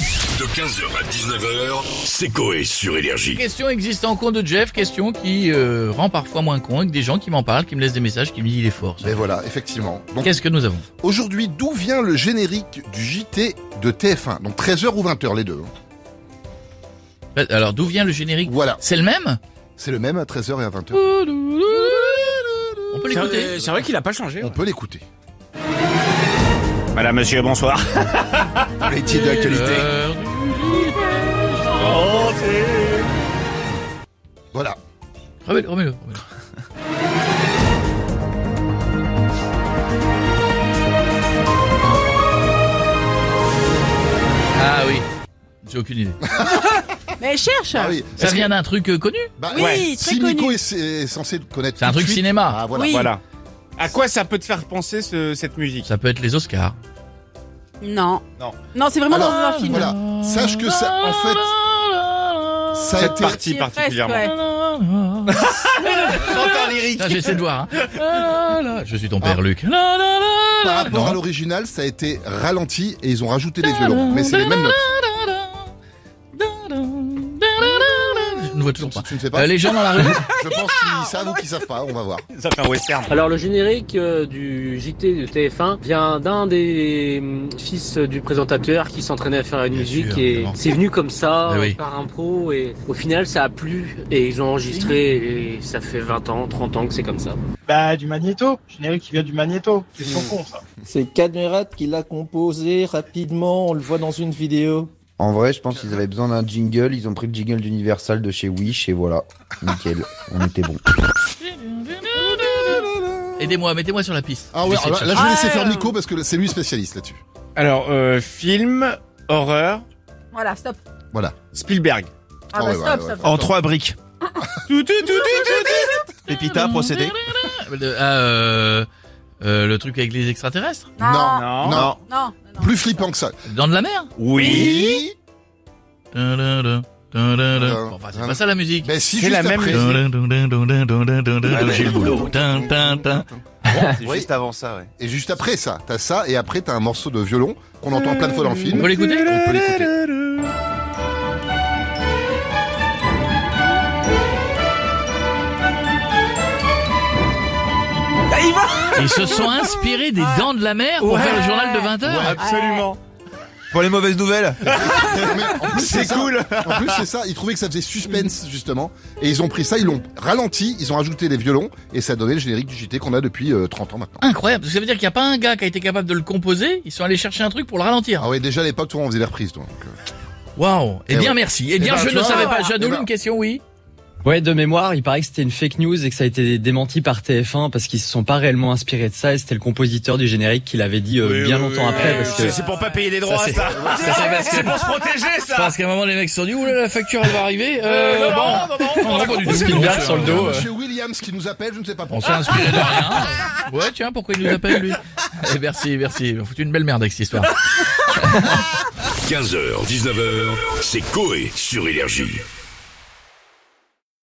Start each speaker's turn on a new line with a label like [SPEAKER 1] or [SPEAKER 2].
[SPEAKER 1] De 15h à 19h, c'est Coé sur Énergie.
[SPEAKER 2] Question existe en con de Jeff, question qui euh, rend parfois moins con avec des gens qui m'en parlent, qui me laissent des messages, qui me disent il est fort. ça.
[SPEAKER 3] Mais voilà, effectivement. Donc
[SPEAKER 2] Qu'est-ce que nous avons
[SPEAKER 3] aujourd'hui, d'où vient le générique du JT de TF1 Donc 13h ou 20h les deux. hein.
[SPEAKER 2] Bah, Alors d'où vient le générique
[SPEAKER 3] Voilà,
[SPEAKER 2] C'est le même
[SPEAKER 3] c'est le même à 13h et à 20h.
[SPEAKER 2] On peut
[SPEAKER 4] C'est
[SPEAKER 2] l'écouter
[SPEAKER 4] vrai- c'est vrai qu'il a pas changé.
[SPEAKER 3] On peut l'écouter.
[SPEAKER 4] Madame, monsieur, bonsoir.
[SPEAKER 3] Les titres de l'actualité.
[SPEAKER 2] Ah. Euh,
[SPEAKER 3] Voilà.
[SPEAKER 2] Remets-le, remets-le. remets-le. Ah oui, j'ai aucune idée.
[SPEAKER 5] Mais cherche
[SPEAKER 3] Ah oui.
[SPEAKER 2] Ça
[SPEAKER 3] Est-ce
[SPEAKER 2] vient d'un truc euh, connu
[SPEAKER 3] que- bah,
[SPEAKER 5] Oui,
[SPEAKER 4] Ouais.
[SPEAKER 5] très
[SPEAKER 3] Si Nico
[SPEAKER 5] connu.
[SPEAKER 3] est, est censé le connaître.
[SPEAKER 2] C'est un
[SPEAKER 3] tout de
[SPEAKER 2] truc
[SPEAKER 3] suite-
[SPEAKER 2] cinéma.
[SPEAKER 3] Ah voilà.
[SPEAKER 5] Oui.
[SPEAKER 4] Voilà. À quoi ça peut te faire penser ce- cette musique
[SPEAKER 2] Ça peut être les Oscars.
[SPEAKER 5] Non.
[SPEAKER 4] Non.
[SPEAKER 5] Non, c'est vraiment
[SPEAKER 3] Alors,
[SPEAKER 5] dans un film.
[SPEAKER 3] Ah Voilà. Sache que ça, en fait, ça a
[SPEAKER 4] Cette
[SPEAKER 3] été.
[SPEAKER 4] partie
[SPEAKER 5] Qui est presque,
[SPEAKER 4] particulièrement.
[SPEAKER 5] ouais.
[SPEAKER 4] Chanteur lyrique.
[SPEAKER 2] Putain, J'essaie de voir. hein. La, la, la. Je suis ton père, Luc. La, la, la, la.
[SPEAKER 3] Ah. Par
[SPEAKER 2] Ah,
[SPEAKER 3] rapport
[SPEAKER 2] Non.
[SPEAKER 3] à l'original, ça a été ralenti et ils ont rajouté des violons. Mais c'est les mêmes notes.
[SPEAKER 2] Ah, Je ne vois toujours pas.
[SPEAKER 3] Tu ne sais pas
[SPEAKER 2] Euh, les gens dans la rue.
[SPEAKER 3] Je pense qu'ils savent ou qu'ils savent pas. On va voir.
[SPEAKER 4] Ça fait un western.
[SPEAKER 6] Alors le générique euh, du JT de TF1 vient d'un des hum, fils du présentateur qui s'entraînait à faire une
[SPEAKER 2] Bien
[SPEAKER 6] musique
[SPEAKER 2] sûr,
[SPEAKER 6] et
[SPEAKER 2] évidemment.
[SPEAKER 6] c'est venu comme ça
[SPEAKER 2] Eh oui.
[SPEAKER 6] euh, par impro et au final ça a plu et ils ont enregistré et ça fait 20 ans, 30 ans que c'est comme ça.
[SPEAKER 7] Bah, du magnéto. Générique qui vient du magnéto. C'est son con, ça.
[SPEAKER 8] Hmm. C'est Camerat qui l'a composé rapidement, on le voit dans une vidéo.
[SPEAKER 9] En vrai, je pense qu'ils avaient besoin d'un jingle. Ils ont pris le jingle d'Universal de chez Wish et voilà. Nickel. On était bon.
[SPEAKER 2] Aidez-moi, mettez-moi sur la piste.
[SPEAKER 3] Ah ouais,
[SPEAKER 2] J'essaie de
[SPEAKER 3] alors là,
[SPEAKER 2] chercher.
[SPEAKER 3] je vais laisser
[SPEAKER 5] Ah,
[SPEAKER 3] faire
[SPEAKER 5] euh.
[SPEAKER 3] Nico parce que c'est lui spécialiste là-dessus.
[SPEAKER 4] Alors, euh, film, horreur,
[SPEAKER 5] Voilà, stop.
[SPEAKER 4] Spielberg.
[SPEAKER 5] Ah
[SPEAKER 3] Ah
[SPEAKER 5] bah
[SPEAKER 3] ouais, ouais,
[SPEAKER 5] stop,
[SPEAKER 3] ouais,
[SPEAKER 5] stop.
[SPEAKER 3] ouais. En trois
[SPEAKER 4] briques. Tout, tout, tout, tout, tout,
[SPEAKER 10] Pépita, procédé.
[SPEAKER 2] Euh, euh, euh, le truc avec les extraterrestres
[SPEAKER 3] Non.
[SPEAKER 5] Non,
[SPEAKER 4] Non.
[SPEAKER 3] Non.
[SPEAKER 5] non, non.
[SPEAKER 3] Plus flippant que ça.
[SPEAKER 2] Dans de la mer
[SPEAKER 4] Oui.
[SPEAKER 2] Tadadun, tadadun.
[SPEAKER 3] Non.
[SPEAKER 2] Bon, enfin, c'est pas ça la musique.
[SPEAKER 3] Mais si
[SPEAKER 4] C'est
[SPEAKER 3] juste
[SPEAKER 4] la même
[SPEAKER 3] après.
[SPEAKER 4] musique.
[SPEAKER 2] J'ai le boulot. Tin, tin, tin.
[SPEAKER 10] C'est juste avant ça, ouais.
[SPEAKER 3] Et juste après ça, t'as ça, et après t'as un morceau de violon qu'on entend plein de fois dans le
[SPEAKER 2] On
[SPEAKER 4] Mmh.
[SPEAKER 3] film.
[SPEAKER 2] peut l'écouter
[SPEAKER 3] On peut l'écouter. Ah,
[SPEAKER 2] Ils se sont inspirés des dents de la mer pour
[SPEAKER 4] Ouais.
[SPEAKER 2] faire le journal de 20h.
[SPEAKER 4] Absolument.
[SPEAKER 10] Pour les mauvaises nouvelles
[SPEAKER 3] Mais en plus,
[SPEAKER 4] C'est
[SPEAKER 3] ça.
[SPEAKER 4] cool.
[SPEAKER 3] En plus, c'est ça. Ils trouvaient que ça faisait suspense, justement. Et ils ont pris ça, ils l'ont ralenti, ils ont rajouté les violons, et ça a donné le générique du JT qu'on a depuis euh, 30 ans maintenant.
[SPEAKER 2] Incroyable. Ça veut dire qu'il n'y a pas un gars qui a été capable de le composer. Ils sont allés chercher un truc pour le ralentir.
[SPEAKER 3] Ah ouais, déjà à l'époque, toi, on faisait les reprises, toi. Donc, euh,
[SPEAKER 2] Waouh. Eh
[SPEAKER 3] Eh
[SPEAKER 2] bien,
[SPEAKER 3] ouais.
[SPEAKER 2] merci. Eh bien,
[SPEAKER 3] ben,
[SPEAKER 2] je
[SPEAKER 3] tu
[SPEAKER 2] ne
[SPEAKER 3] vois,
[SPEAKER 2] savais pas.
[SPEAKER 3] eh
[SPEAKER 2] J'adoule
[SPEAKER 3] ben.
[SPEAKER 2] une question, oui.
[SPEAKER 11] Ouais, de mémoire, il paraît que c'était une fake news et que ça a été démenti par TF1 parce qu'ils se sont pas réellement inspirés de ça et c'était le compositeur du générique qui l'avait dit euh, bien longtemps après parce que
[SPEAKER 4] C'est c'est pour pas payer des droits,
[SPEAKER 2] c'est-
[SPEAKER 4] ça.
[SPEAKER 2] ça, c'est parce que-
[SPEAKER 4] C'est pour se protéger, ça.
[SPEAKER 2] Parce qu'à un moment, les mecs se sont dit, oula, la facture, elle va arriver. Euh,
[SPEAKER 4] Ah. Non,
[SPEAKER 2] bon.
[SPEAKER 4] non, non, non,
[SPEAKER 2] Non,
[SPEAKER 4] on
[SPEAKER 2] non, pas
[SPEAKER 4] a
[SPEAKER 2] du tout.
[SPEAKER 4] compris,
[SPEAKER 11] Une blague sur le dos. euh.
[SPEAKER 3] Monsieur Williams qui nous appelle, je ne sais pas
[SPEAKER 2] On
[SPEAKER 3] pourquoi.
[SPEAKER 2] s'est inspiré de rien. Ouais, tiens, pourquoi il nous appelle, lui? Eh, merci, merci. Il m'a foutu une belle merde avec cette histoire.
[SPEAKER 1] 15h, 19h, c'est Coé sur Énergie.